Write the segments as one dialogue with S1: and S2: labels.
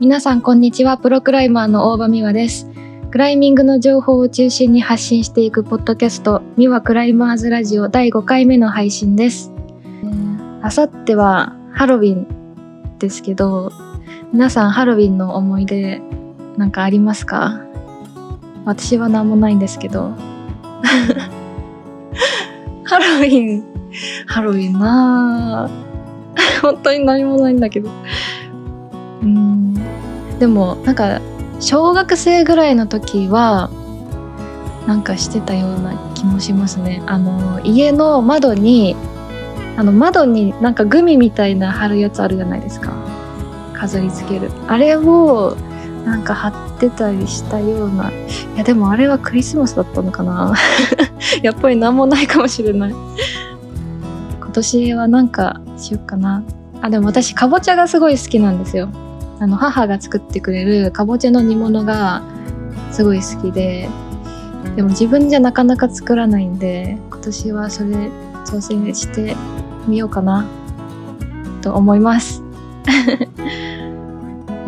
S1: 皆さんこんにちはプロクライマーの大場美和ですクライミングの情報を中心に発信していくポッドキャスト美和クライマーズラジオ第5回目の配信ですあさってはハロウィンですけど皆さんハロウィンの思い出なんかありますか私は何もないんですけど ハロウィンハロウィンなあ 本当に何もないんだけどうんでもなんか小学生ぐらいの時はなんかしてたような気もしますねあの家の窓にあの窓になんかグミみたいな貼るやつあるじゃないですか飾り付けるあれをなんか貼ってたりしたようないやでもあれはクリスマスだったのかな やっぱり何もないかもしれない今年はなんかしよっかなあでも私かぼちゃがすごい好きなんですよあの母が作ってくれるかぼちゃの煮物がすごい好きででも自分じゃなかなか作らないんで今年はそれ挑戦してみようかなと思います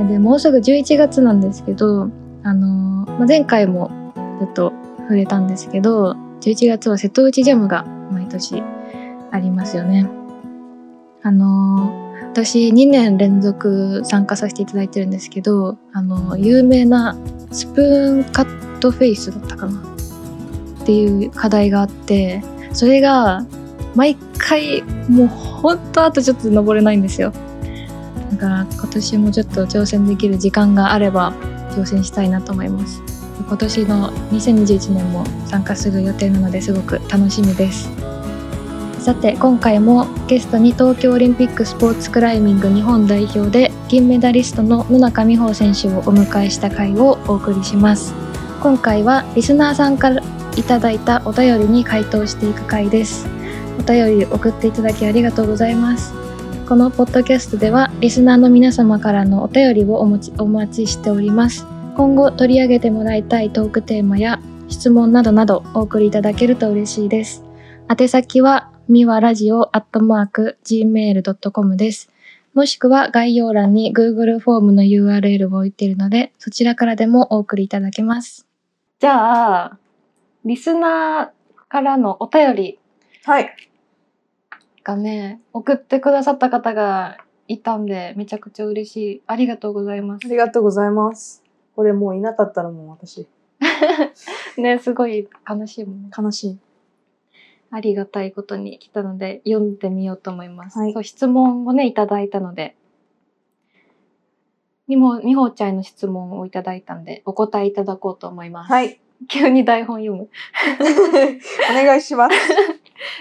S1: でもうすぐ11月なんですけど、あのまあ、前回もずっと触れたんですけど11月は瀬戸内ジャムが毎年ありますよね。あの私2年連続参加させていただいてるんですけどあの有名なスプーンカットフェイスだったかなっていう課題があってそれが毎回もうほんとあとちょっと登れないんですよだから今年もちょっと挑戦できる時間があれば挑戦したいなと思います今年の2021年も参加する予定なのですごく楽しみですさて今回もゲストに東京オリンピックスポーツクライミング日本代表で銀メダリストの野中美穂選手をお迎えした回をお送りします今回はリスナーさんからいただいたお便りに回答していく回ですお便り送っていただきありがとうございますこのポッドキャストではリスナーの皆様からのお便りをお持ちお待ちしております今後取り上げてもらいたいトークテーマや質問などなどお送りいただけると嬉しいです宛先はみわラジオアットマーク gmail.com です。もしくは概要欄に Google フォームの URL を置いているので、そちらからでもお送りいただけます。じゃあ、リスナーからのお便り
S2: はい。
S1: がね、送ってくださった方がいたんで、めちゃくちゃ嬉しい。ありがとうございま
S2: ありがとうございます。これもういなかったらもう私、
S1: す。ね、すごい悲しいもんね。
S2: 悲しい。
S1: ありがたいことに来たので読んでみようと思います。
S2: はい
S1: そう質問をねいただいたので、にもみほちゃんへの質問をいただいたんでお答えいただこうと思います。
S2: はい。
S1: 急に台本読む。
S2: お願いします。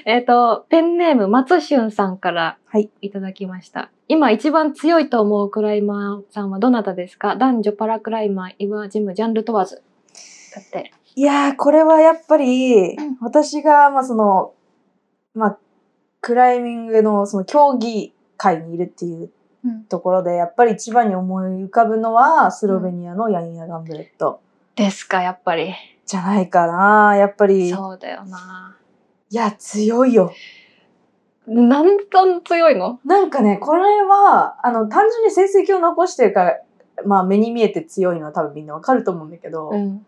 S1: えっ、とペンネーム松俊さんから
S2: はい
S1: いただきました。今一番強いと思うクライマーさんはどなたですか？男女パラクライマー、イワジムジャンル問わず。だって。
S2: いやー、これはやっぱり
S1: うん、
S2: 私が、まあその、まあ、クライミングのその競技会にいるっていう
S1: うん、
S2: ところで、やっぱり一番に思い浮かぶのは、スロベニアのヤンヤ・ガンブレット
S1: ですかやっぱり。
S2: じゃないかな。やっぱり、い
S1: そうだよな。
S2: や、強いよ。
S1: なんと強いの？
S2: なんかね、これは、あの、単純に成績を残してるから、まあ目に見えて強いのは多分みんなわかると思うんだけど、
S1: うん。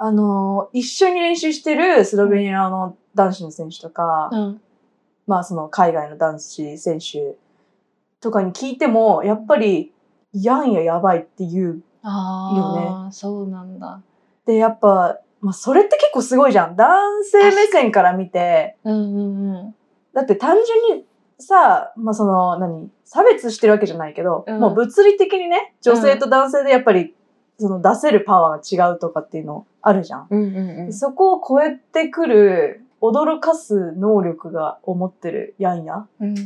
S2: あの、一緒に練習してるスロベニアの男子の選手とか、
S1: うん。
S2: まあその海外の男子選手とかに聞いても、やっぱり、やんややばいっていう。
S1: ああ、そうなんだ。
S2: で、やっぱ、まあそれって結構すごいじゃん。男性目線から見て、
S1: うんうんうん。
S2: だって単純にさ、まあその、何、差別してるわけじゃないけど、
S1: うん
S2: もう物理的にね、女性と男性でやっぱり、その出せるパワーが違うとかっていうのあるじゃん。
S1: うんうんうん。
S2: そこを超えてくる、驚かす能力が思ってるやんや。や
S1: うん、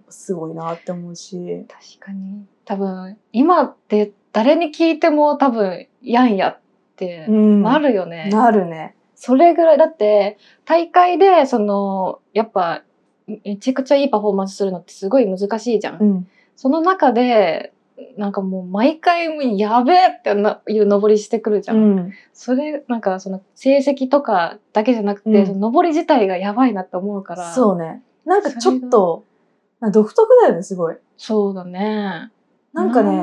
S2: っぱすごいなって思うし。
S1: 確かに。多分、今って誰に聞いても多分、やんやって
S2: うん。
S1: なるよね。
S2: なるね。
S1: それぐらい、だって、大会で、その、やっぱ、めちゃくちゃいいパフォーマンスするのってすごい難しいじゃん。
S2: うん。
S1: その中で、なんかもう毎回もうやべえってないう登りしてくるじゃん。
S2: うん。
S1: それ、なんかその成績とかだけじゃなくて、
S2: うん
S1: その登り自体がやばいなって思うから。
S2: そうね。なんかちょっと、なんか独特だよね、すごい。
S1: そうだね。
S2: なんか
S1: う
S2: ね、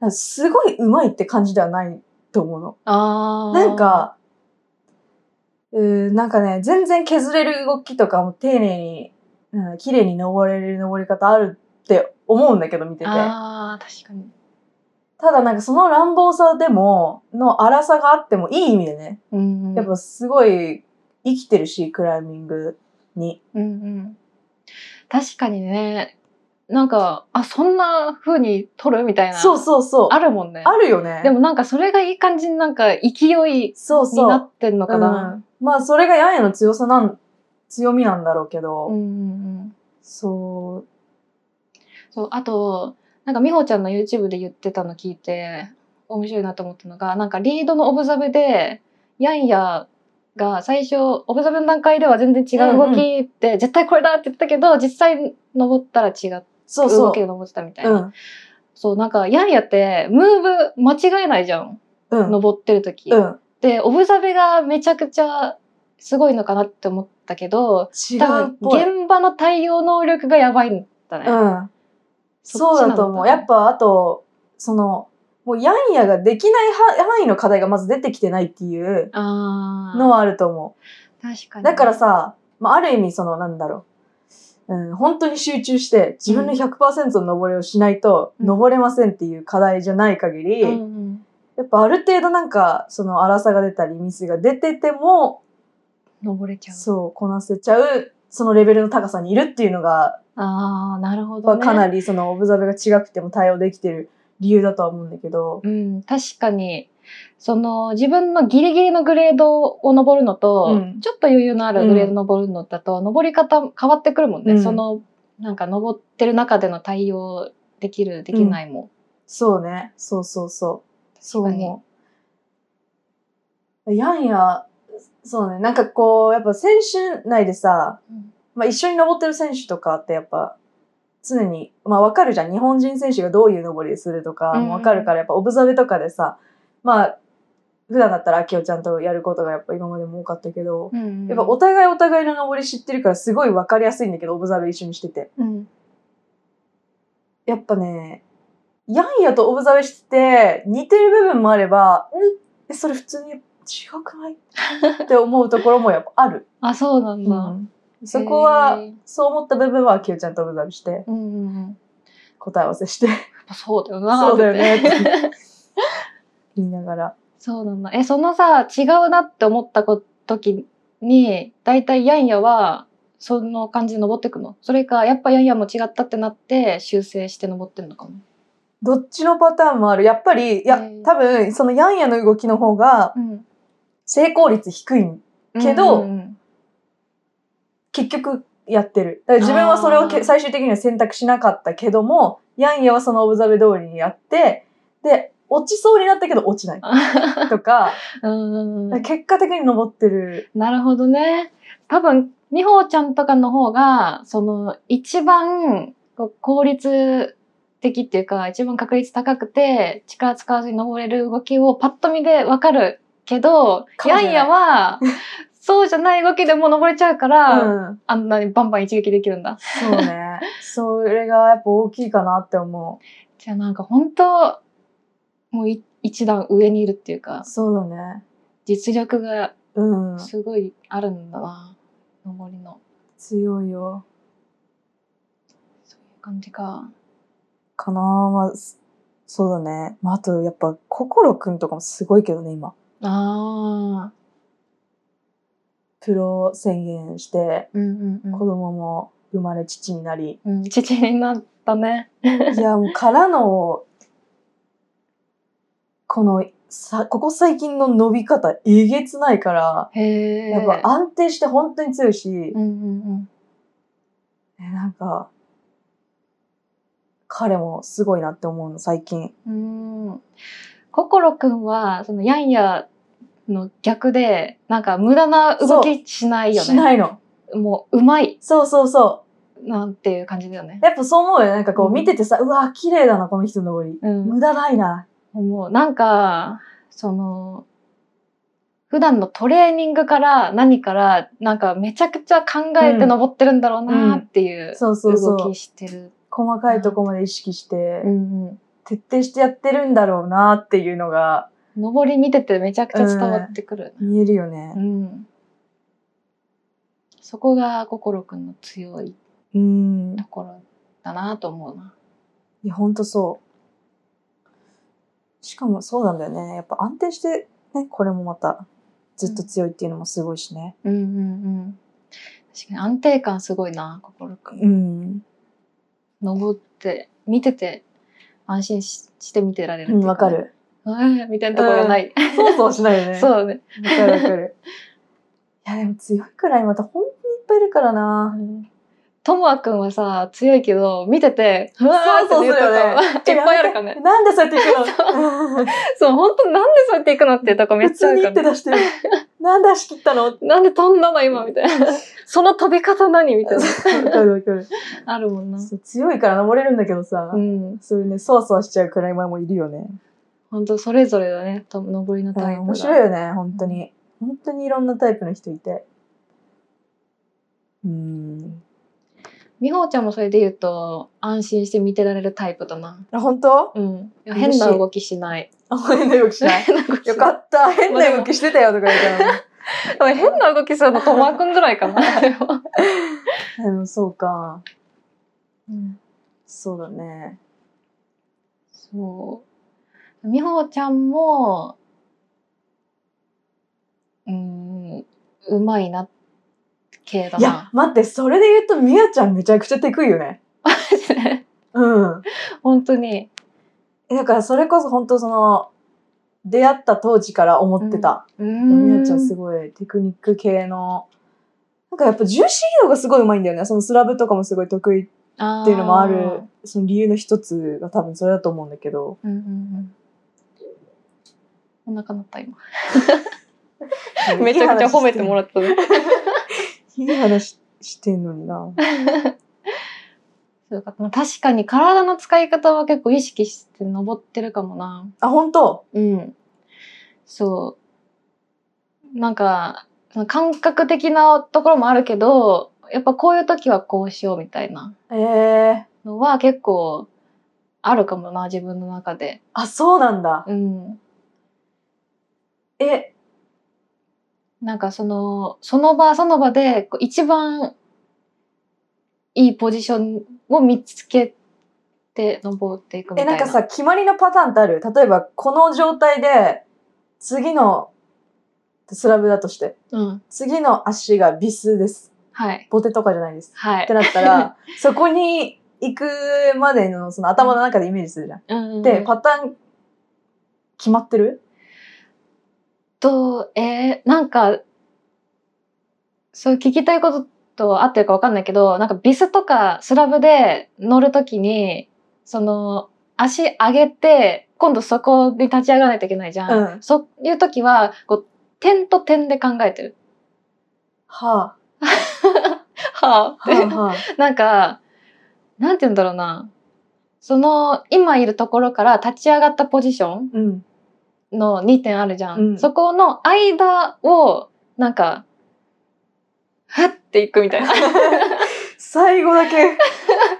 S2: なんかすごい上手いって感じではないと思うの。
S1: あ
S2: なん、か、うーなんかね、全然削れる動きとかも丁寧に、うん、綺麗に登れる登り方あるって思うんだけど、見てて。
S1: ああ、確かに。
S2: ただなんかその乱暴さでも、の荒さがあってもいい意味でね、
S1: うんうん、
S2: やっぱすごい生きてるし、クライミングに。
S1: うんうん。確かにね、なんか、あ、そんな風に撮るみたいな。
S2: そうそうそう。
S1: あるもんね。
S2: あるよね。
S1: でもなんかそれがいい感じになんか勢い
S2: そう
S1: に
S2: そ
S1: な
S2: う。
S1: ってんのかな。
S2: うんまあそれがヤンヤの強さなん、強みなんだろうけど、
S1: うんうんうん。
S2: そう、
S1: そう、あと、なんか美穂ちゃんの YouTube で言ってたの聞いて、面白いなと思ったのが、なんかリードのオブザブで、ヤンヤが最初、オブザブの段階では全然違う動きって、絶対これだって言ってたけど、実際登ったら違う
S2: そうそ
S1: 動
S2: う
S1: き。で登ってたみたいな。
S2: うん。
S1: そう、なんか、ヤンヤって、ムーブ間違えないじゃん。
S2: うん。
S1: 登ってる時、
S2: うん。
S1: で、オブザベがめちゃくちゃすごいのかなって思ったけど、
S2: 違
S1: 多
S2: うっ
S1: 分
S2: ぽい。
S1: 現場の対応能力がやばいんだね。
S2: うん。
S1: そ
S2: そ
S1: っちな
S2: う
S1: んだ
S2: だと思う。やっぱ、あと、その、もう、ヤンヤができないは範囲の課題がまず出てきてないっていう
S1: あー
S2: のはあると思
S1: 確か
S2: う。
S1: に。
S2: だからさ、まあ、ある意味、その、なんだろう。うん、本当に集中して、自分の100%の登りをしないと、
S1: うん
S2: 登れませんっていう課題じゃない限り、
S1: うんうん、
S2: やっぱある程度なんか、その荒さが出たり、ミスが出てても、
S1: 登れちゃう。
S2: そう、こなせちゃう、そのレベルの高さにいるっていうのが、
S1: ああ、なるほど、
S2: は
S1: ね。
S2: かなりそのオブザベが違くても対応できてる理由だとは思うんだけど、
S1: うん、確かに。その自分のギリギリのグレードを登るのと、
S2: うん
S1: ちょっと余裕のあるグレード登るのだと、登り方変わってくるもんね。
S2: うん
S1: その、なんか登ってる中での対応できる、できないも。
S2: そうね、そうそうそう。そう
S1: 確かに
S2: 思う。やんや、そうね、なんかこう、やっぱ選手内でさ、
S1: うん
S2: まあ、一緒に登ってる選手とかってやっぱ、常に、まあわかるじゃん。日本人選手がどういう登りするとか
S1: うんうん
S2: もわかるから、やっぱオブザベとかでさ、まあ、普段だったら秋代ちゃんとやることがやっぱ今までも多かったけど、
S1: うんうん
S2: やっぱお互いお互いの登り知ってるからすごいわかりやすいんだけど、オブザベ一緒にしてて。
S1: うん
S2: やっぱね、ヤンヤとオブザベしてて、似てる部分もあれば、んえ、それ普通に違くないって思うところもやっぱある。
S1: あ、そうなんだ。
S2: そこは、
S1: へー
S2: そう思った部分は、キヨちゃんとオブザベして、
S1: うんうんうん。やっ
S2: 答え合わせして、
S1: ぱそうだよな。
S2: そうだよね
S1: って
S2: って言いながら。
S1: そうなんだ。え、そのさ、違うなって思ったこ時に、だいたいヤンヤは、その感じで登ってくのそれか、やっぱヤンヤも違ったってなって、修正して登ってんのかも。
S2: どっちのパターンもある。やっぱり、いや
S1: うん、
S2: 多分、そのヤンヤの動きの方が
S1: うん。
S2: 成功率低いん。けど結局やってる。だから自分はそれを
S1: あ
S2: け
S1: ー
S2: 最終的には選択しなかったけども、ヤンヤはそのオブザベ通りにやって、で、落ちそうになったけど落ちない。 とか、
S1: うんうんうん
S2: 結果的に登ってる。
S1: なるほどね。多分、美穂ちゃんとかの方が、その、一番こう効率的っていうか、一番確率高くて、力使わずに登れる動きをパッと見でわかるけど、
S2: かも
S1: ヤ
S2: し
S1: ン
S2: れない
S1: ヤ は、そうじゃない動きでも登れちゃうから、
S2: うん。
S1: あんなにバンバン一撃できるんだ。
S2: そうね。それがやっぱ大きいかなって思
S1: じゃあなんか本当、もうい一段上にいるっていうか
S2: う。、そうだね。
S1: 実力が
S2: うん。
S1: すごいあるんだな、登りの。
S2: 強いよ。
S1: そういう感じか。
S2: かなまあ、すそうだね。まあ、あと、やっぱ、心くんとかもすごいけどね、今。
S1: ああ。
S2: プロ宣言して、
S1: うんうん
S2: 子供も生まれ父になり、
S1: うん。うん、父になったね。
S2: いや、もうからの、この、さ、ここ最近の伸び方、えげつないから、
S1: へえ。
S2: やっぱ安定して本当に強いし
S1: う、んうん
S2: えなんか、彼もすごいなって思うの、最近。
S1: うん。うーん。心くんは、そのヤンヤの逆で、なんか無駄な動きしないよね。
S2: しないの。
S1: もう、うまい、
S2: そうそうそ
S1: なんていう感じだよね
S2: う。。やっぱそう思うよね。なんかこ
S1: う
S2: う、
S1: ん
S2: 見ててさ、うわ、綺麗だな、この人の登り。
S1: うん。
S2: 無駄ないな。
S1: もうなんか、その、普段のトレーニングから何から、なんかめちゃくちゃ考えて登ってるんだろうなっていう
S2: そうそうそ
S1: 動
S2: う
S1: き。してる。
S2: 細かいとこまで意識して、
S1: んうん。
S2: 徹底してやってるんだろうなっていうのが
S1: 上り見ててめちゃくちゃ伝わってくる。
S2: 見えるよね
S1: う。ん。そこが心くんの強い
S2: うん。
S1: ところだなと思うな。
S2: いや、ほんとそう。しかもそうなんだよね。やっぱ安定して、ね、これもまたずっと強いっていうのもすごいしね。
S1: うんうんうん。確かに安定感すごいな、心くん。
S2: ん。
S1: 登って、見てて、安心しして見てられる
S2: う
S1: ってい
S2: ん、
S1: う
S2: わか。る。
S1: うわみたいなところがない。
S2: そうそうしないよね。
S1: そうね。
S2: わかるわかる。いや、でも強いくらいまた本当にいっぱいいるからな。
S1: ともあくんはさ、強いけど、見てて、うわーって
S2: そうそう
S1: 言ったか
S2: そう
S1: いっぱいあるからね。
S2: なんでそうやって行くの
S1: そう、本当なんでそうやって行くのっていうとこめっ
S2: 普
S1: ちゃあ
S2: 通
S1: る
S2: に
S1: か
S2: 行って
S1: ら。
S2: 出してる。なんで足切ったの わ
S1: なんで飛んだの今みたいな。 その飛び方何みたいな。
S2: かるわかる。
S1: あるもんな。
S2: そう強いから登れるんだけどさ、
S1: うん。
S2: そういうね、そわそわしちゃうクライマーもいるよね。
S1: 本当それぞれだね、と上りのタイプが。
S2: 面白いよね本当に、本当にいろんなタイプの人いてうん
S1: 美穂ちゃんもそれで言うと、安心して見てられるタイプだな。
S2: あ本当
S1: うん。
S2: 嬉し
S1: 変
S2: い
S1: な動きしない。
S2: あ 変な動きしない よかった変な動きしてたよとか言ったら
S1: でも変な動きするのともあくんぐらいかな。でも
S2: でもそうか
S1: うん
S2: そうだね
S1: そう。美穂ちゃんも、うーん、うまいな、系だ
S2: いや
S1: な。
S2: 待ってそれで言うとみやちゃんめちゃくちゃテクいよねうん
S1: 本当に。
S2: えだからそれこそ本当その出会った当時から思ってた、
S1: う
S2: みやちゃんす
S1: ごい。
S2: ごいテクニック系のなんかやっぱ重心移動がすごいうまいんだよねそのスラブとかもすごい得
S1: っ
S2: 意っていうのもある。その理由の一つが多分それだと思うんだけど
S1: うんうんうん。お腹鳴った今。 めちゃくちゃ褒めてもらったね。
S2: いい話してんのにな
S1: そうかまあ確かに体の使い方は結構意識して登ってるかもな。
S2: あ本当
S1: うん。そう。なんか、その感覚的なところもあるけど、やっぱこういう時はこうしようみたいな
S2: ええー、
S1: のは結構あるかもな、自分の中で。
S2: あそうなんだ
S1: うん。
S2: え
S1: なんかその、その場その場でこう一番いいポジションを見つけて登っていくみた
S2: え
S1: いな。
S2: なんかさ決まりのパターンってある例えばこの状態で次のスラブだとして
S1: うん。
S2: 次の足がビスです
S1: はい。
S2: ボテとかじゃないです
S1: は
S2: って
S1: い。
S2: なっ たらそこに行くまでのその頭の中でイメージするじゃん。
S1: うんうんうん
S2: でパターン決まってる
S1: と、えー、なんか、そう聞きたいことと合ってるかわかんないけど、なんかビスとかスラブで乗るときに、その、足上げて、今度そこに立ち上がらないといけないじゃん。
S2: うん
S1: そういうときは、こう、点と点で考えてる。
S2: は
S1: は
S2: あ、はあ、はあ。
S1: あ、なんか、なんて言うんだろうな。その、今いるところから立ち上がったポジション
S2: うん。
S1: の2点あるじゃん。
S2: うん
S1: そこの間を、なんか、ふっていくみたい な。
S2: 最後だけ、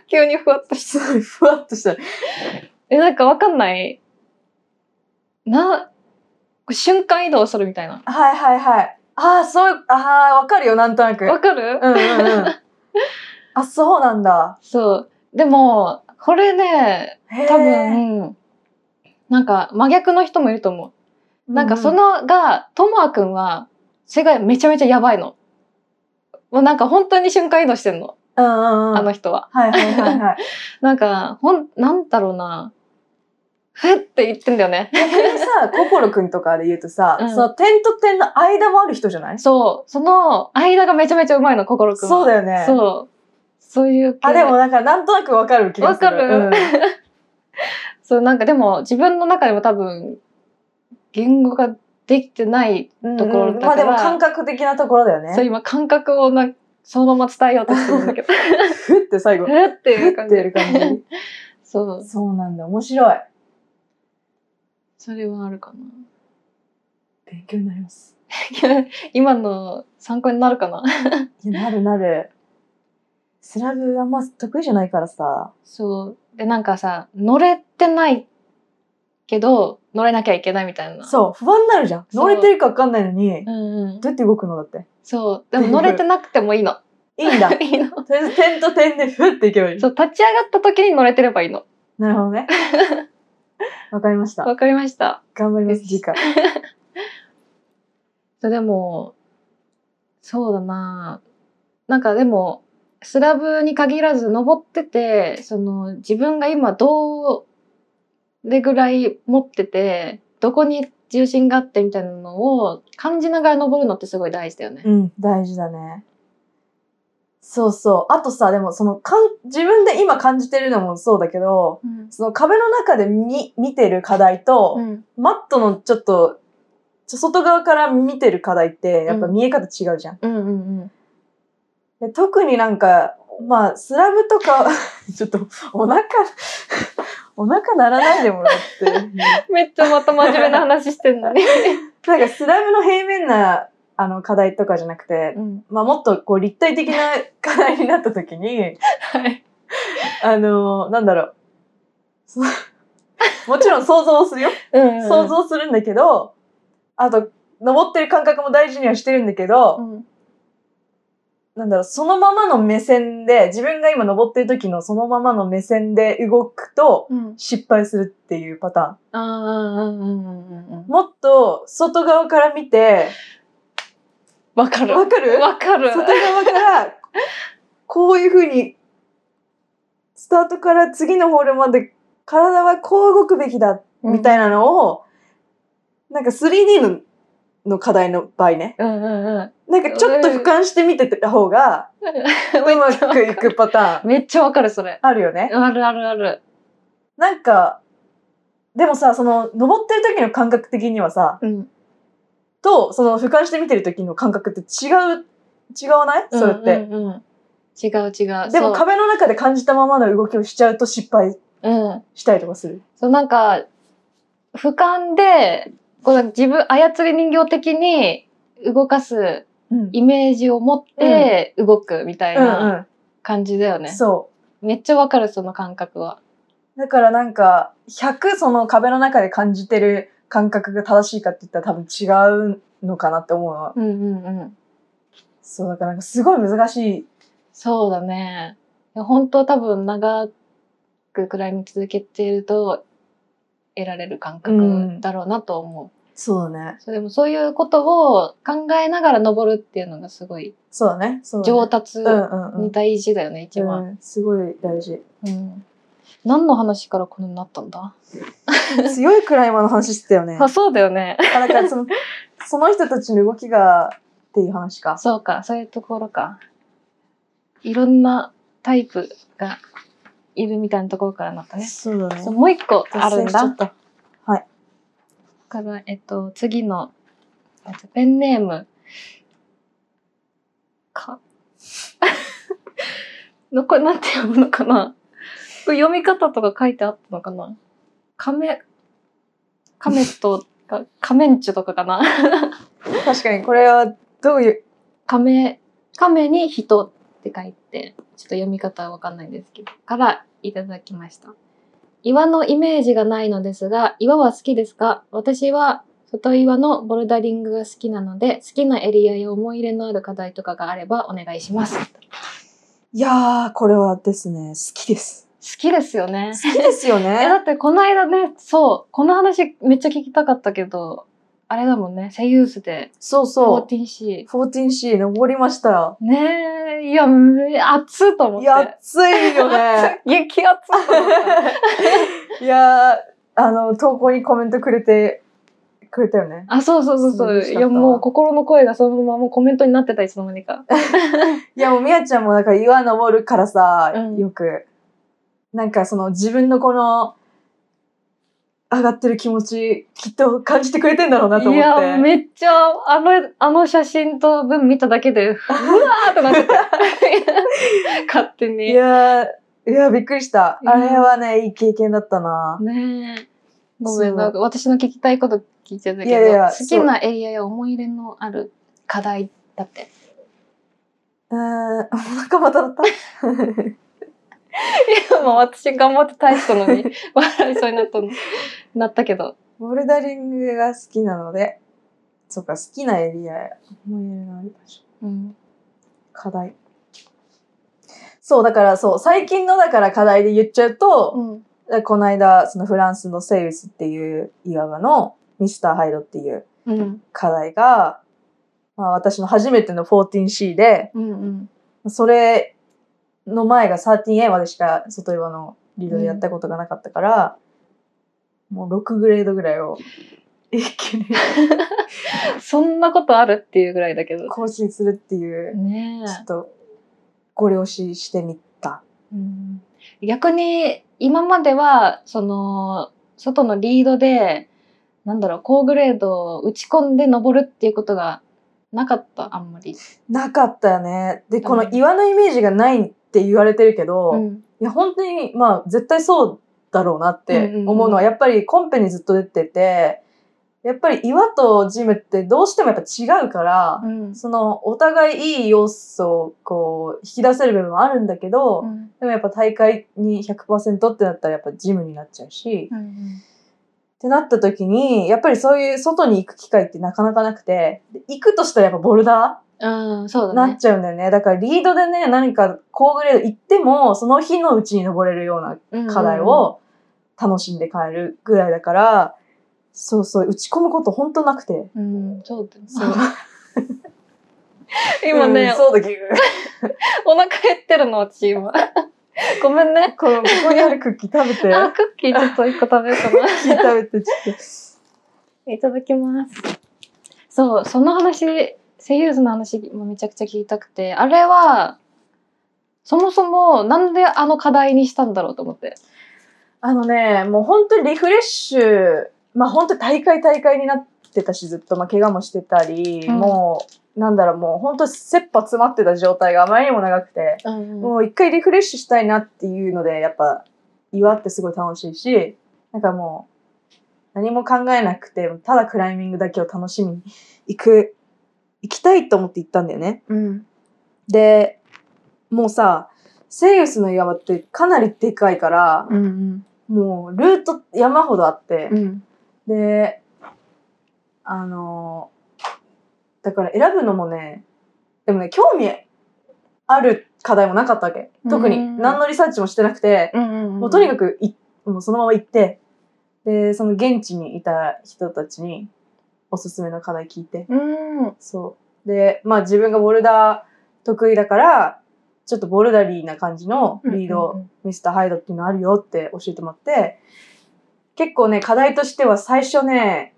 S1: 急にふわっとし
S2: すごいふわっとした。
S1: え、なんかわかんない。な、瞬間移動するみたいな。
S2: はいはいはい。ああ、そう、ああ、わかるよ、なんとなく。
S1: わかる、
S2: うんうん うん。あ、そうなんだ。
S1: そう。でも、これね、
S2: へー
S1: 多、分、なんか真逆の人もいると思う。なんかそのが、ともあくんは、それがめちゃめちゃやばいの。もうなんか本当に瞬間移動してんの。
S2: うんうんうん、
S1: あの人は。
S2: はいはいはい はい。
S1: なんか、ほん、なんだろうな。ふって言ってんだよね。
S2: 逆にさ、心くんとかで言うとさ、
S1: うん
S2: その点と点の間もある人じゃない
S1: そう。その間がめちゃめちゃうまいの、心くんは。
S2: そうだよね。
S1: そう。そういう系
S2: あ、でもなんかなんとなくわかる気がする。
S1: わかる
S2: うん
S1: そう、なんかでも自分の中でも多分、言語ができてない、
S2: うんうん
S1: ところだ
S2: ま
S1: か
S2: あで
S1: ら
S2: も感覚的なところだよね。
S1: そう今感覚をなそのまま伝えようとしてるんだけど、
S2: ふって最後、ふっ
S1: ふっていう感
S2: てやる
S1: じ。
S2: 感
S1: そう
S2: じ。。そうなんだ、面白い。
S1: それはあるかな。
S2: 勉強になります。
S1: 今の参考になるかな。
S2: いや、なるなる。スラブあんま得意じゃないからさ。
S1: そう。で、なんかさ、乗れてないけど、乗れなきゃいけないみたいな。
S2: そう、不安になるじゃん。
S1: そう
S2: 乗れてるかわかんないのに、
S1: う。うんうん。
S2: どうやって動くのだって。
S1: そう。でも乗れてなくてもいいの。
S2: いいん だ。とり
S1: いいの。
S2: あえず点と点でふっていけばいい。
S1: そう、立ち上がった時に乗れてればいいの。
S2: なるほど ね。わかりました。
S1: わかりました。
S2: 頑張ります、次回。
S1: そうでも、そうだななんかでも、スラブに限らず登ってて、その自分が今どれぐらい持ってて、どこに重心があってみたいなのを感じながら登るのってすごい大事だよね。
S2: うん、大事だね。そうそう。あとさ、でもその、かん、自分で今感じてるのもそうだけど、
S1: うん。
S2: その壁の中で見、見てる課題と、
S1: うん。
S2: マットのちょっと、ちょ外側から見てる課題って、やっぱ見え方違うじゃん。
S1: うんうんうん。
S2: で特になんか、まあ、スラブとか、 ちょっと、お腹、 お腹ならないでもらって。
S1: めっちゃまた真面目な話してんのに。
S2: なんか、スラブの平面な、あの、課題とかじゃなく て、
S1: うん。
S2: まあ、もっとこう、立体的な課題になった時に、
S1: はい。
S2: あのーなんだろう。そもちろん想像をするよ。
S1: うん
S2: 想像するんだけど、あと、登ってる感覚も大事にはしてるんだけど、
S1: うん。
S2: なんだろう、そのままの目線で、自分が今登ってる時のそのままの目線で動くと、
S1: うん。
S2: 失敗するっていうパタ
S1: ああ、うんうんうんうん
S2: ーン。。もっと、外側から見て、
S1: わかる。
S2: わかる
S1: わかる。
S2: 外側から、こういう風に、スタートから次のホールまで、体はこう動くべきだ、みたいなのを、なんか 3D の、の課題の場合ね。
S1: うんうんうん。
S2: なんかちょっと俯瞰して見てた方が、うまくいくパターン。
S1: めっちゃわかる、それ。
S2: あるよね。
S1: あるあるある。
S2: なんか、でもさ、その、登ってる時の感覚的にはさ、
S1: うん。
S2: と、その、俯瞰して見てる時の感覚って違う、違わないそれって。
S1: うんうんうん違う違う。
S2: でも
S1: そう、
S2: 壁の中で感じたままの動きをしちゃうと失敗
S1: うん。
S2: したりとかする。
S1: そう、なんか、俯瞰で、こう自分、操り人形的に動かす
S2: うん。
S1: イメージを持って動くみたい
S2: うん
S1: な感じだよ
S2: うん。
S1: ね。
S2: そ
S1: めっちゃわかる、その感覚は。
S2: う。だからなんか、100その壁の中で感じてる感覚が正しいかって言ったら多分違うのかなって思うの。
S1: うんうんうん。
S2: そう、だからなんかすごい難しい。
S1: そうだね。いや本当多分長くクライミング続けてると得られる感覚だろうなと思う。
S2: そうだね。
S1: そうでもそういうことを考えながら登るっていうのがすごい
S2: そうだね。そうだね
S1: 上達
S2: うんうんうん
S1: に大事だよね、一番、
S2: うんすごい大事。
S1: うん何の話からこんなになったんだ、
S2: 強いクライマーの話してたよね。
S1: あ、 そうだよね。
S2: あだからその、その人たちの動きが、っていう話か。
S1: そうか、そういうところか。いろんなタイプがいるみたいなところからなったね。
S2: そうだ
S1: そう。もう一個あ
S2: 脱
S1: るん
S2: 線しちゃ
S1: だ
S2: っ。た。
S1: から、えっと、次の、えっとペンネーム、か。 のこれなんて読むのかなこれ読み方とか書いてあったのかなカメ、カメとか、カメンチュとかかな
S2: 確かに、これは、どういう、
S1: カメ、カメに人って書いて、ちょっと読み方はわかんないんですけど、からいただきました。岩のイメージがないのですが、岩は好きですか私は外岩のボルダリングが好きなので、好きなエリアや思い入れのある課題とかがあればお願いします。好
S2: いやー、これはですね、好きです。
S1: きですよね
S2: 好。きで すよ
S1: え、だ
S2: ね。
S1: ってこの間ね、そう、この話めっちゃ聞きたかったけど、あれだもんね、セユースで
S2: そうそう。
S1: 14C。
S2: 14C 登りましたよ。
S1: ねえ、いや、め熱っと思っ
S2: い
S1: て。
S2: や、暑い よね。
S1: 激熱と思って。
S2: いやー、あの、投稿にコメントくれて、くれたよね。
S1: あ、そうそうそう
S2: そう
S1: そ
S2: で
S1: う。
S2: した
S1: いや、もう心の声がそのままもうコメントになってた、いつの間 にか。
S2: いやもうみやちゃんもなんか岩登るからさ、
S1: うん
S2: よくなんかその自分のこの上がってる気持ちきっと感じてくれてんだろうなと
S1: い
S2: 思って
S1: や、めっちゃ、あの、あの写真と文見ただけ で、うわーってなってた。勝手
S2: い
S1: に。
S2: やいやびっくりした、
S1: うん
S2: あれはねいい経験だったな、
S1: ねえ。ごめ、
S2: そうん
S1: なんか私の聞きたいこと聞いちゃったけど、
S2: いやいや
S1: 好きなエリアや思い入れのある課題 だって。
S2: うーんお腹まただった
S1: や、まあ私頑張って大したのに、 笑いそうになったの。なったけど。
S2: ボルダリングが好きなので、そうか、好きなエリア、思い入れのある場所。
S1: うん。
S2: 課題。そう、だからそう、最近のだから課題で言っちゃうと、
S1: うん。
S2: この間、そのフランスのセイウスっていう岩場のミスターハイドっていう
S1: うん。
S2: 課題が、まあ私の初めての 14C で、
S1: うん。
S2: それの前が 13A までしか外岩のリードでやったことがなかったから、もう6グレードぐらいを一気 に
S1: そんなことあるっていうぐらいだけど。
S2: 更新するっていう、
S1: ね
S2: ちょっとご了承してみた。
S1: うん逆に今まではその外のリードでなんだろう高グレードを打ち込んで登るっていうことがなかったあんまり。
S2: なかったよね。で、この
S1: うん
S2: 岩のイメージがないって言われてるけど、
S1: うん
S2: いや、本当に、まあ、絶対そうだろうなって
S1: うんうんうん
S2: 思うのは、やっぱりコンペにずっと出てて、やっぱり岩とジムってどうしてもやっぱ違うから、
S1: うん
S2: その、お互いいい要素をこう、引き出せる部分もあるんだけど、
S1: うん
S2: でもやっぱ大会に100%ってなったらやっぱジムになっちゃうし、
S1: うん
S2: ってなった時に、やっぱりそういう外に行く機会ってなかなかなくて、で行くとしたらやっぱボルダー
S1: うんそうだ
S2: なっ
S1: ね。
S2: ちゃうんだよね。だからリードでね、何か高グレード行っても、その日のうちに登れるような課題を楽しんで帰るぐらいだから、そうそう、打ち込むこと本当なくて。
S1: うん。うんそうだね。
S2: そう
S1: 今
S2: う
S1: ね
S2: ん、そうだ、ギュー。
S1: お腹減ってるの私今。ごめんね。
S2: この、ここにあるクッキー食べて。
S1: あクッキーちょっと一個食べようかな。
S2: クッキー食べて、ちょっと。
S1: いただきます。そう、その話、セイユーズの話もめちゃくちゃ聞きたくて、あれは、そもそもなんであの課題にしたんだろうと思って。
S2: あのね、もう本当にリフレッシュ、まあ本当大会大会になってたし、ずっと、まあ怪我もしてたり、
S1: うん
S2: もう、なんだろう、もう本当切羽詰まってた状態があまりにも長くて、
S1: も
S2: もう一回リフレッシュしたいなっていうので、やっぱ、岩ってすごい楽しいし、なんかもう、何も考えなくて、ただクライミングだけを楽しみに行く、行きたいと思って行ったんだよね。
S1: う、うん。
S2: で、もうさ、セイウスの岩場ってかなりでかいから、
S1: うん。
S2: もうルート山ほどあって
S1: う、ん。
S2: で、あのーだから選ぶのもね、でもね、興味ある課題もなかったわけ。特
S1: う
S2: に
S1: ん
S2: 何のリサーチもしてなくて、
S1: うん。
S2: もうとにか
S1: く、
S2: くい、もうそのまま行って、で、その現地にいた人たちにおすすめの課題聞いて、
S1: うん。
S2: そう。で、まあ自分がボルダー得意だから、ちょっとボルダリーな感じのリードをミスターハイドっていうのあるよって教えてもらって、結構ね、課題としては最初ね、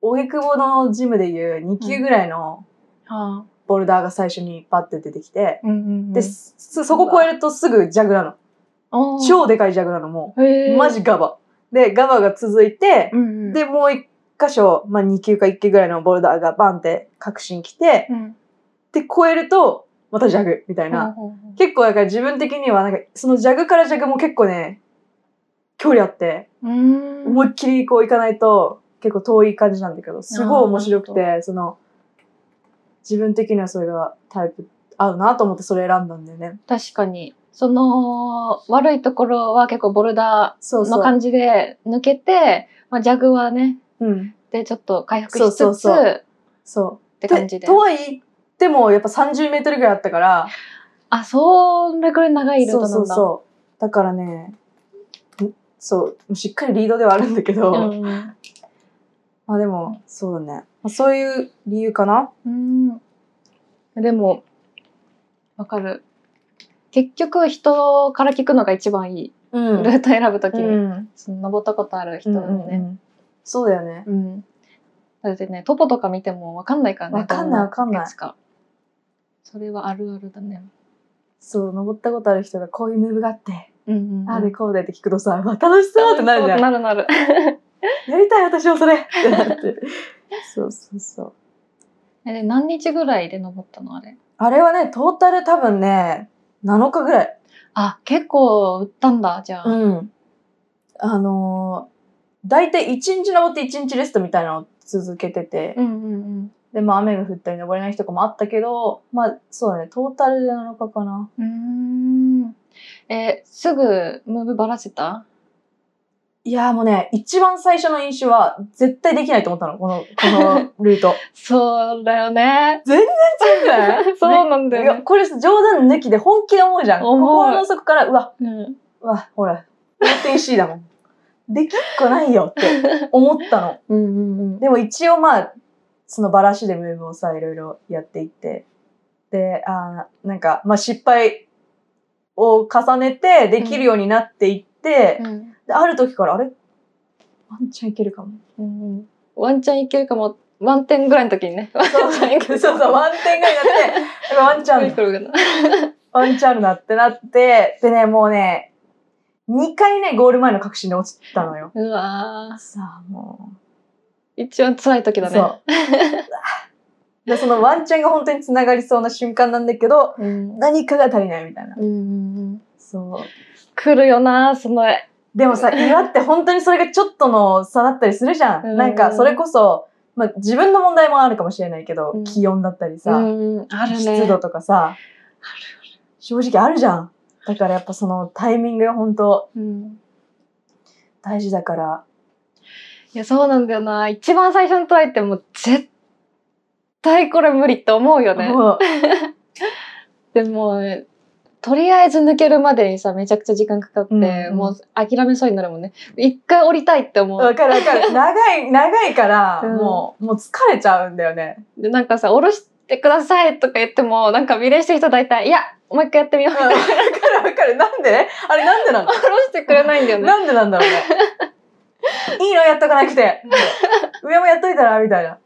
S2: 荻窪のジムでいう2級ぐらいの
S1: はあ。
S2: ボルダーが最初にパッて出てきて、
S1: うんうん
S2: で、すそこ越えるとすぐジャグなの。超でかいジャグなのもう、
S1: へえ。
S2: マジガバ。で、ガバが続いて
S1: う、んうん。
S2: で、もう一箇所、まあ2級か1級ぐらいのボルダーがバンって確信来て、
S1: うん、
S2: で、越えると、またジャグみたい
S1: ほう
S2: な。
S1: ほうほう
S2: 結構だから自分的にはなんかそのジャグからジャグも結構ね距離あって
S1: うん。
S2: 思いっきりこう行かないと結構遠い感じなんだけどすごい面白く
S1: あーな
S2: てその自分的にはそれがタイプ合うなと思ってそれ選んだんだよね
S1: 確かに。その、悪いところは結構ボルダ
S2: そう
S1: ー
S2: そ
S1: の
S2: う、
S1: 感じで抜けて、まあ、ジャグはね、
S2: うん、
S1: でちょっと回復し
S2: そう
S1: つつ
S2: そうそうそ
S1: って
S2: う
S1: 感じで
S2: とはいってもやっぱ30メートルぐらいあったから
S1: あそれくらい長いルートなんだ
S2: そうそうそうだからねんそうしっかりリードではあるんだけど、
S1: うん
S2: まあでもそうだね、まあ、そういう理由かな
S1: うんでもわかる結局人から聞くのが一番いい、
S2: う
S1: ルート選ぶときに、
S2: うん
S1: その登ったことある人
S2: うん
S1: の
S2: うんう
S1: ね、
S2: んそうだよね。
S1: うんだってねトポとか見てもわかんないからね
S2: わかんない
S1: ど
S2: わかんない
S1: やつかそれはあるあるだね
S2: そう、登ったことある人がこういうムーブがあって、
S1: うん
S2: ああでこうでって聞くとさ、うわ楽しそうってなるじゃん。
S1: なるなる
S2: やりたい私もそれってなって。 そうそうそう。
S1: えで何日ぐらいで登ったのあれ
S2: あれはね、トータル多分ね、7日ぐらい。
S1: あ結構売ったんだじゃあ、
S2: ん。あのー、大体1日登って1日レストみたいなのを続けてて、
S1: うんうん
S2: で、まあ雨が降ったり登れない日とかもあったけど、まあそうだね、トータルで7日かな。
S1: うーん。えーすぐムーブばらせた
S2: いやーもうね、一番最初の飲酒は絶対できないと思ったの、この、このルート。
S1: そうだよね。
S2: そうだよね
S1: そうなんだ
S2: い
S1: よ
S2: や、
S1: ね。
S2: これ冗談抜きで本気で思うじゃん。
S1: 思う
S2: 心の底から、うわ、
S1: うん
S2: うわ、ほら、運転 C だもん。 できっこないよって思ったの。
S1: うんうんうん。
S2: でも一応まあ、そのバラシでムーブをさ、いろいろやっていって。で、あーなんか、まあ失敗を重ねて、できるようになっていって、
S1: うん
S2: である時から、あれワンチャンいけるかも。
S1: うんうんワンチャンいけるかも。ワンテンぐらいの時にね。 ワン
S2: そう
S1: チャンいけ
S2: そう
S1: るか
S2: そ
S1: も
S2: う、ワンテンぐらいになって、ワンチャンだ
S1: クロがな
S2: ワンチャンだってなって、でね、もうね、2回ね、ゴール前の確信で落ちたのよ。
S1: うわ
S2: さあ、も
S1: ー一番辛い時
S2: う。
S1: だね。
S2: そう。で、そのワンチャンが本当に繋がりそうな瞬間なんだけど、
S1: うん。
S2: 何かが足りないみたいな
S1: う。んうんうん。
S2: そう。
S1: 来るよなその
S2: でもさ、岩って本当にそれがちょっとの差だったりするじゃ
S1: うん
S2: ん。なんか、それこそ、まあ、自分の問題もあるかもしれないけ
S1: う
S2: ど
S1: ん、
S2: 気温だったりさ、
S1: うん、あるね。
S2: 湿度とかさ、正直あるじゃん。だからやっぱそのタイミングが本当
S1: うん、
S2: 大事だから、
S1: いや、そうなんだよな。一番最初のトライってもう絶対これ無理って思うよね。
S2: もう
S1: でも、とりあえず抜けるまでにさ、めちゃくちゃ時間かかって、
S2: うんうん
S1: もう諦めそうになるもんね。一回降りたいって思う
S2: わ。かるわか る。長い、長いから、
S1: うん
S2: もう、もう疲れちゃうんだよ ね。
S1: で、なんかさ、降ろしてくださいとか言っても、なんか見れしてる人大体、いや、もう一回やってみよう
S2: う
S1: み
S2: ん
S1: たい
S2: わ、
S1: な。
S2: かるわかる。なんであれなんでなの
S1: 降ろしてくれないんだよね。
S2: なんでなんだろう ね。いいのやっとかなくて。上もやっといたらみたいな。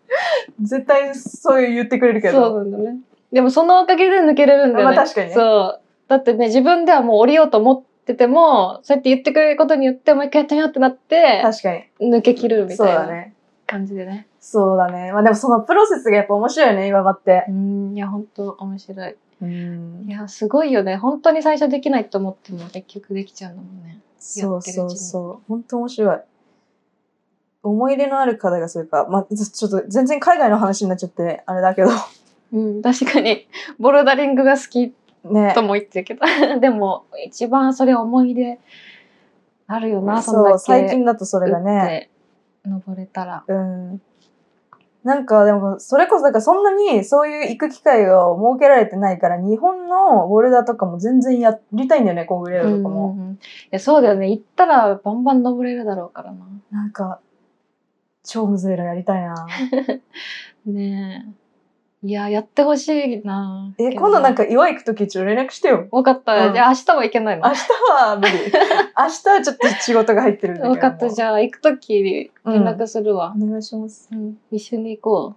S2: 絶対そういう言ってくれるけ
S1: そうな
S2: ど。
S1: んだね。でもそのおかげで抜けれるんだよね。
S2: まあ確かにね
S1: そう。だってね、自分ではもう降りようと思ってても、そうやって言ってくれることによって、もう一回やってみようってなって、
S2: 確か
S1: 抜け切る
S2: に。
S1: み
S2: そう
S1: たい
S2: だ
S1: な
S2: ね。
S1: 感じでね。
S2: そうだね。まあでもそのプロセスがやっぱ面白いよね、岩場って。
S1: うん、いや、本当面白い。
S2: うん
S1: い。や、すごいよね。本当に最初できないと思っても、結局できちゃうんだもんね。
S2: そうそうそう。本当面白い。思い入れのある課題がそういうか、まあ、ちょっと全然海外の話になっちゃって、あれだけど。
S1: うん、確かに、ボルダリングが好き
S2: ね。
S1: とも言ってるけど、 でも、一番それ思い出あるよな、そんだ
S2: そ
S1: け。
S2: う、最近だとそ
S1: 打
S2: れがね。
S1: って登れたら。
S2: うん。なんかでも、それこそ、だからそんなにそういう行く機会を設けられてないから、日本のボルダーとかも全然やりたいんだよね、コングレードとか
S1: う
S2: も。
S1: んうんうんいやそうだよね行ったらバンバン登れるだろうからな
S2: なんか、超むずいのやりたい な。
S1: ねえいややってほしいな
S2: え、今度なん
S1: か
S2: か岩行くときちょっと連絡して よ。
S1: 分かった、
S2: うん
S1: じゃあ明日は行けないの
S2: 明日は 無理。明日はちょっと仕事が入ってるんだけど。
S1: 分かったじゃあ行く時連絡するわ
S2: お、願いします。
S1: うん一緒に行こう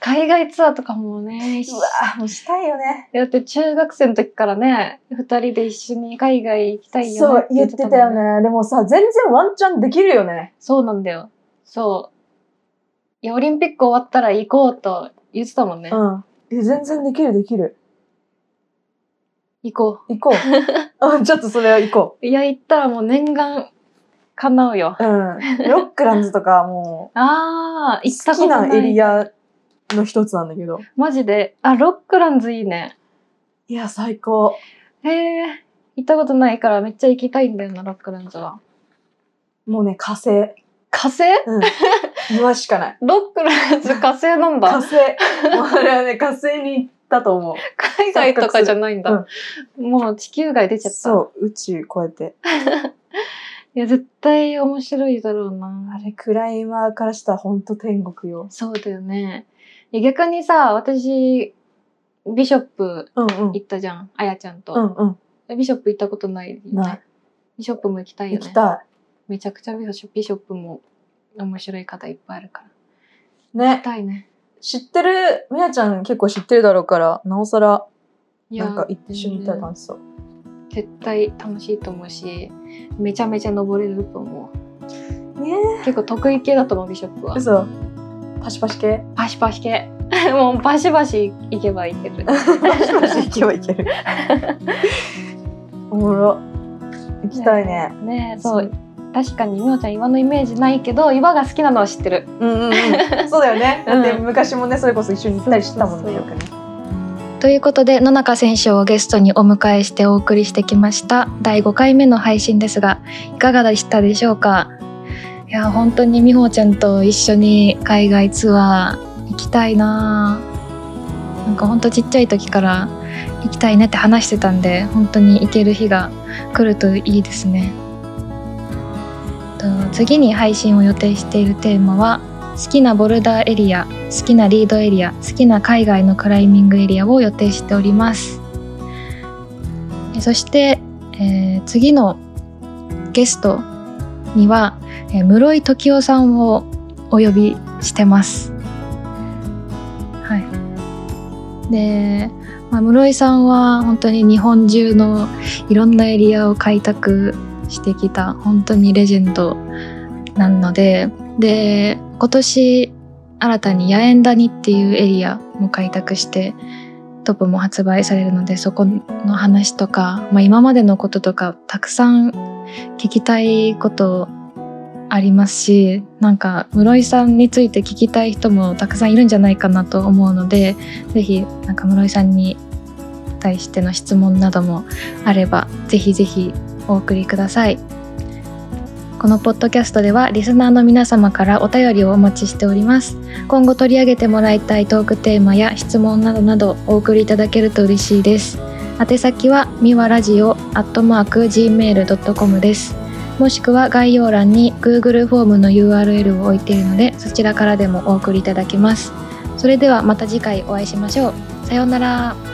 S1: 海外ツアーとかもね一緒
S2: うわぁ、もうしたいよね。
S1: だって中学生の時からね二人で一緒に海外行きたいよ
S2: そ
S1: ね
S2: う、言ってたよ
S1: もんね
S2: ね。でもさ、全然ワンチャンできるよね。
S1: そうなんだよそういやオリンピック終わったら行こうと言ってたもんね、
S2: うん。え、全然できるできる。
S1: 行こう
S2: 行こう。 あちょっとそれは行こ
S1: いや、行ったらもう念願叶うよ。
S2: う。うん。ロックランズとかも
S1: ああ、
S2: う、
S1: 行った
S2: 好
S1: こと
S2: き
S1: ない。
S2: なエリアの一つなんだけど。
S1: マジで。あ、ロックランズいいね。
S2: いや、最高。
S1: へえ、行ったことないからめっちゃ行きたいんだよな、ロックランズは。
S2: もうね、火星。う
S1: 火星
S2: ん。岩し かない。
S1: ロックランズ火星なん
S2: 火
S1: だ。
S2: 星。もうあれはね、火星に行ったと思う。
S1: 海外とかじゃないんだ。もう地球外出ちゃった。
S2: そう、宇宙こうやって。
S1: いや、絶対面白いだろう
S2: あ
S1: な。
S2: れ、クライマーからしたらほんと天国よ。
S1: そうだよね。いや逆にさ、私、ビショップ
S2: うんうん。
S1: 行ったじゃん。あやちゃんと。
S2: うんうん。
S1: ビショップ行ったことないよね
S2: ない
S1: ビショップも行きたいよ
S2: 行
S1: ね。
S2: きた
S1: めちゃくちゃビショビショップも面白い方いっぱいあるから。行き
S2: い。ね。
S1: たいね。
S2: 知ってる、みやちゃん結構知ってるだろうから、なおさら、
S1: いや
S2: なんか行って一緒に行ったら楽しそう。
S1: 絶対楽しいと思うし、めちゃめちゃ登れると思う。
S2: ね
S1: 結構得意系だと思う、ビショップは
S2: え。。嘘。パシパシ系
S1: パシパシ系。 もうパシパシ行けばいける。
S2: マシマシ 行けばいける。おもろ。行きたいね。
S1: ねえ、そう。
S3: 確かにみおちゃん岩のイメージないけど岩が好きなのは知ってる
S2: うんうんうん、そうだよね。
S3: う
S2: だ
S3: ん
S2: って昔もね、それこそ一緒に行ったりしてたもんね、
S3: そ
S2: よ
S3: う
S2: く
S3: そ
S2: ね。
S1: ということで野中選手をゲストにお迎えしてお送りしてきました第5回目の配信ですがいかがでしたでしょうかいや本当に美穂ちゃんと一緒に海外ツアー行きたいなあなんか本当ちっちゃい時から行きたいねって話してたんで本当に行ける日が来るといいですねと次に配信を予定しているテーマは好きなボルダーエリア好きなリードエリア好きな海外のクライミングエリアを予定しておりますえそして、えー次のゲストには、えー室井時夫さんをお呼びしてますはいで、まあ、室井さんは本当に日本中のいろんなエリアを開拓してきた本当にレジェンドなのでで今年新たに八円谷っていうエリアも開拓してトップも発売されるのでそこの話とか、まあ、今までのこととかたくさん聞きたいことありますしなんか室井さんについて聞きたい人もたくさんいるんじゃないかなと思うので是非なんか室井さんに対しての質問などもあればぜひぜひお送りください。このポッドキャストではリスナーの皆様からお便りをお待ちしております今後取り上げてもらいたいトークテーマや質問などなどお送りいただけると嬉しいです宛先はみわラジオアットマーク gmail.com ですもしくは概要欄に Google フォームの URL を置いているのでそちらからでもお送りいただけますそれではまた次回お会いしましょうさようなら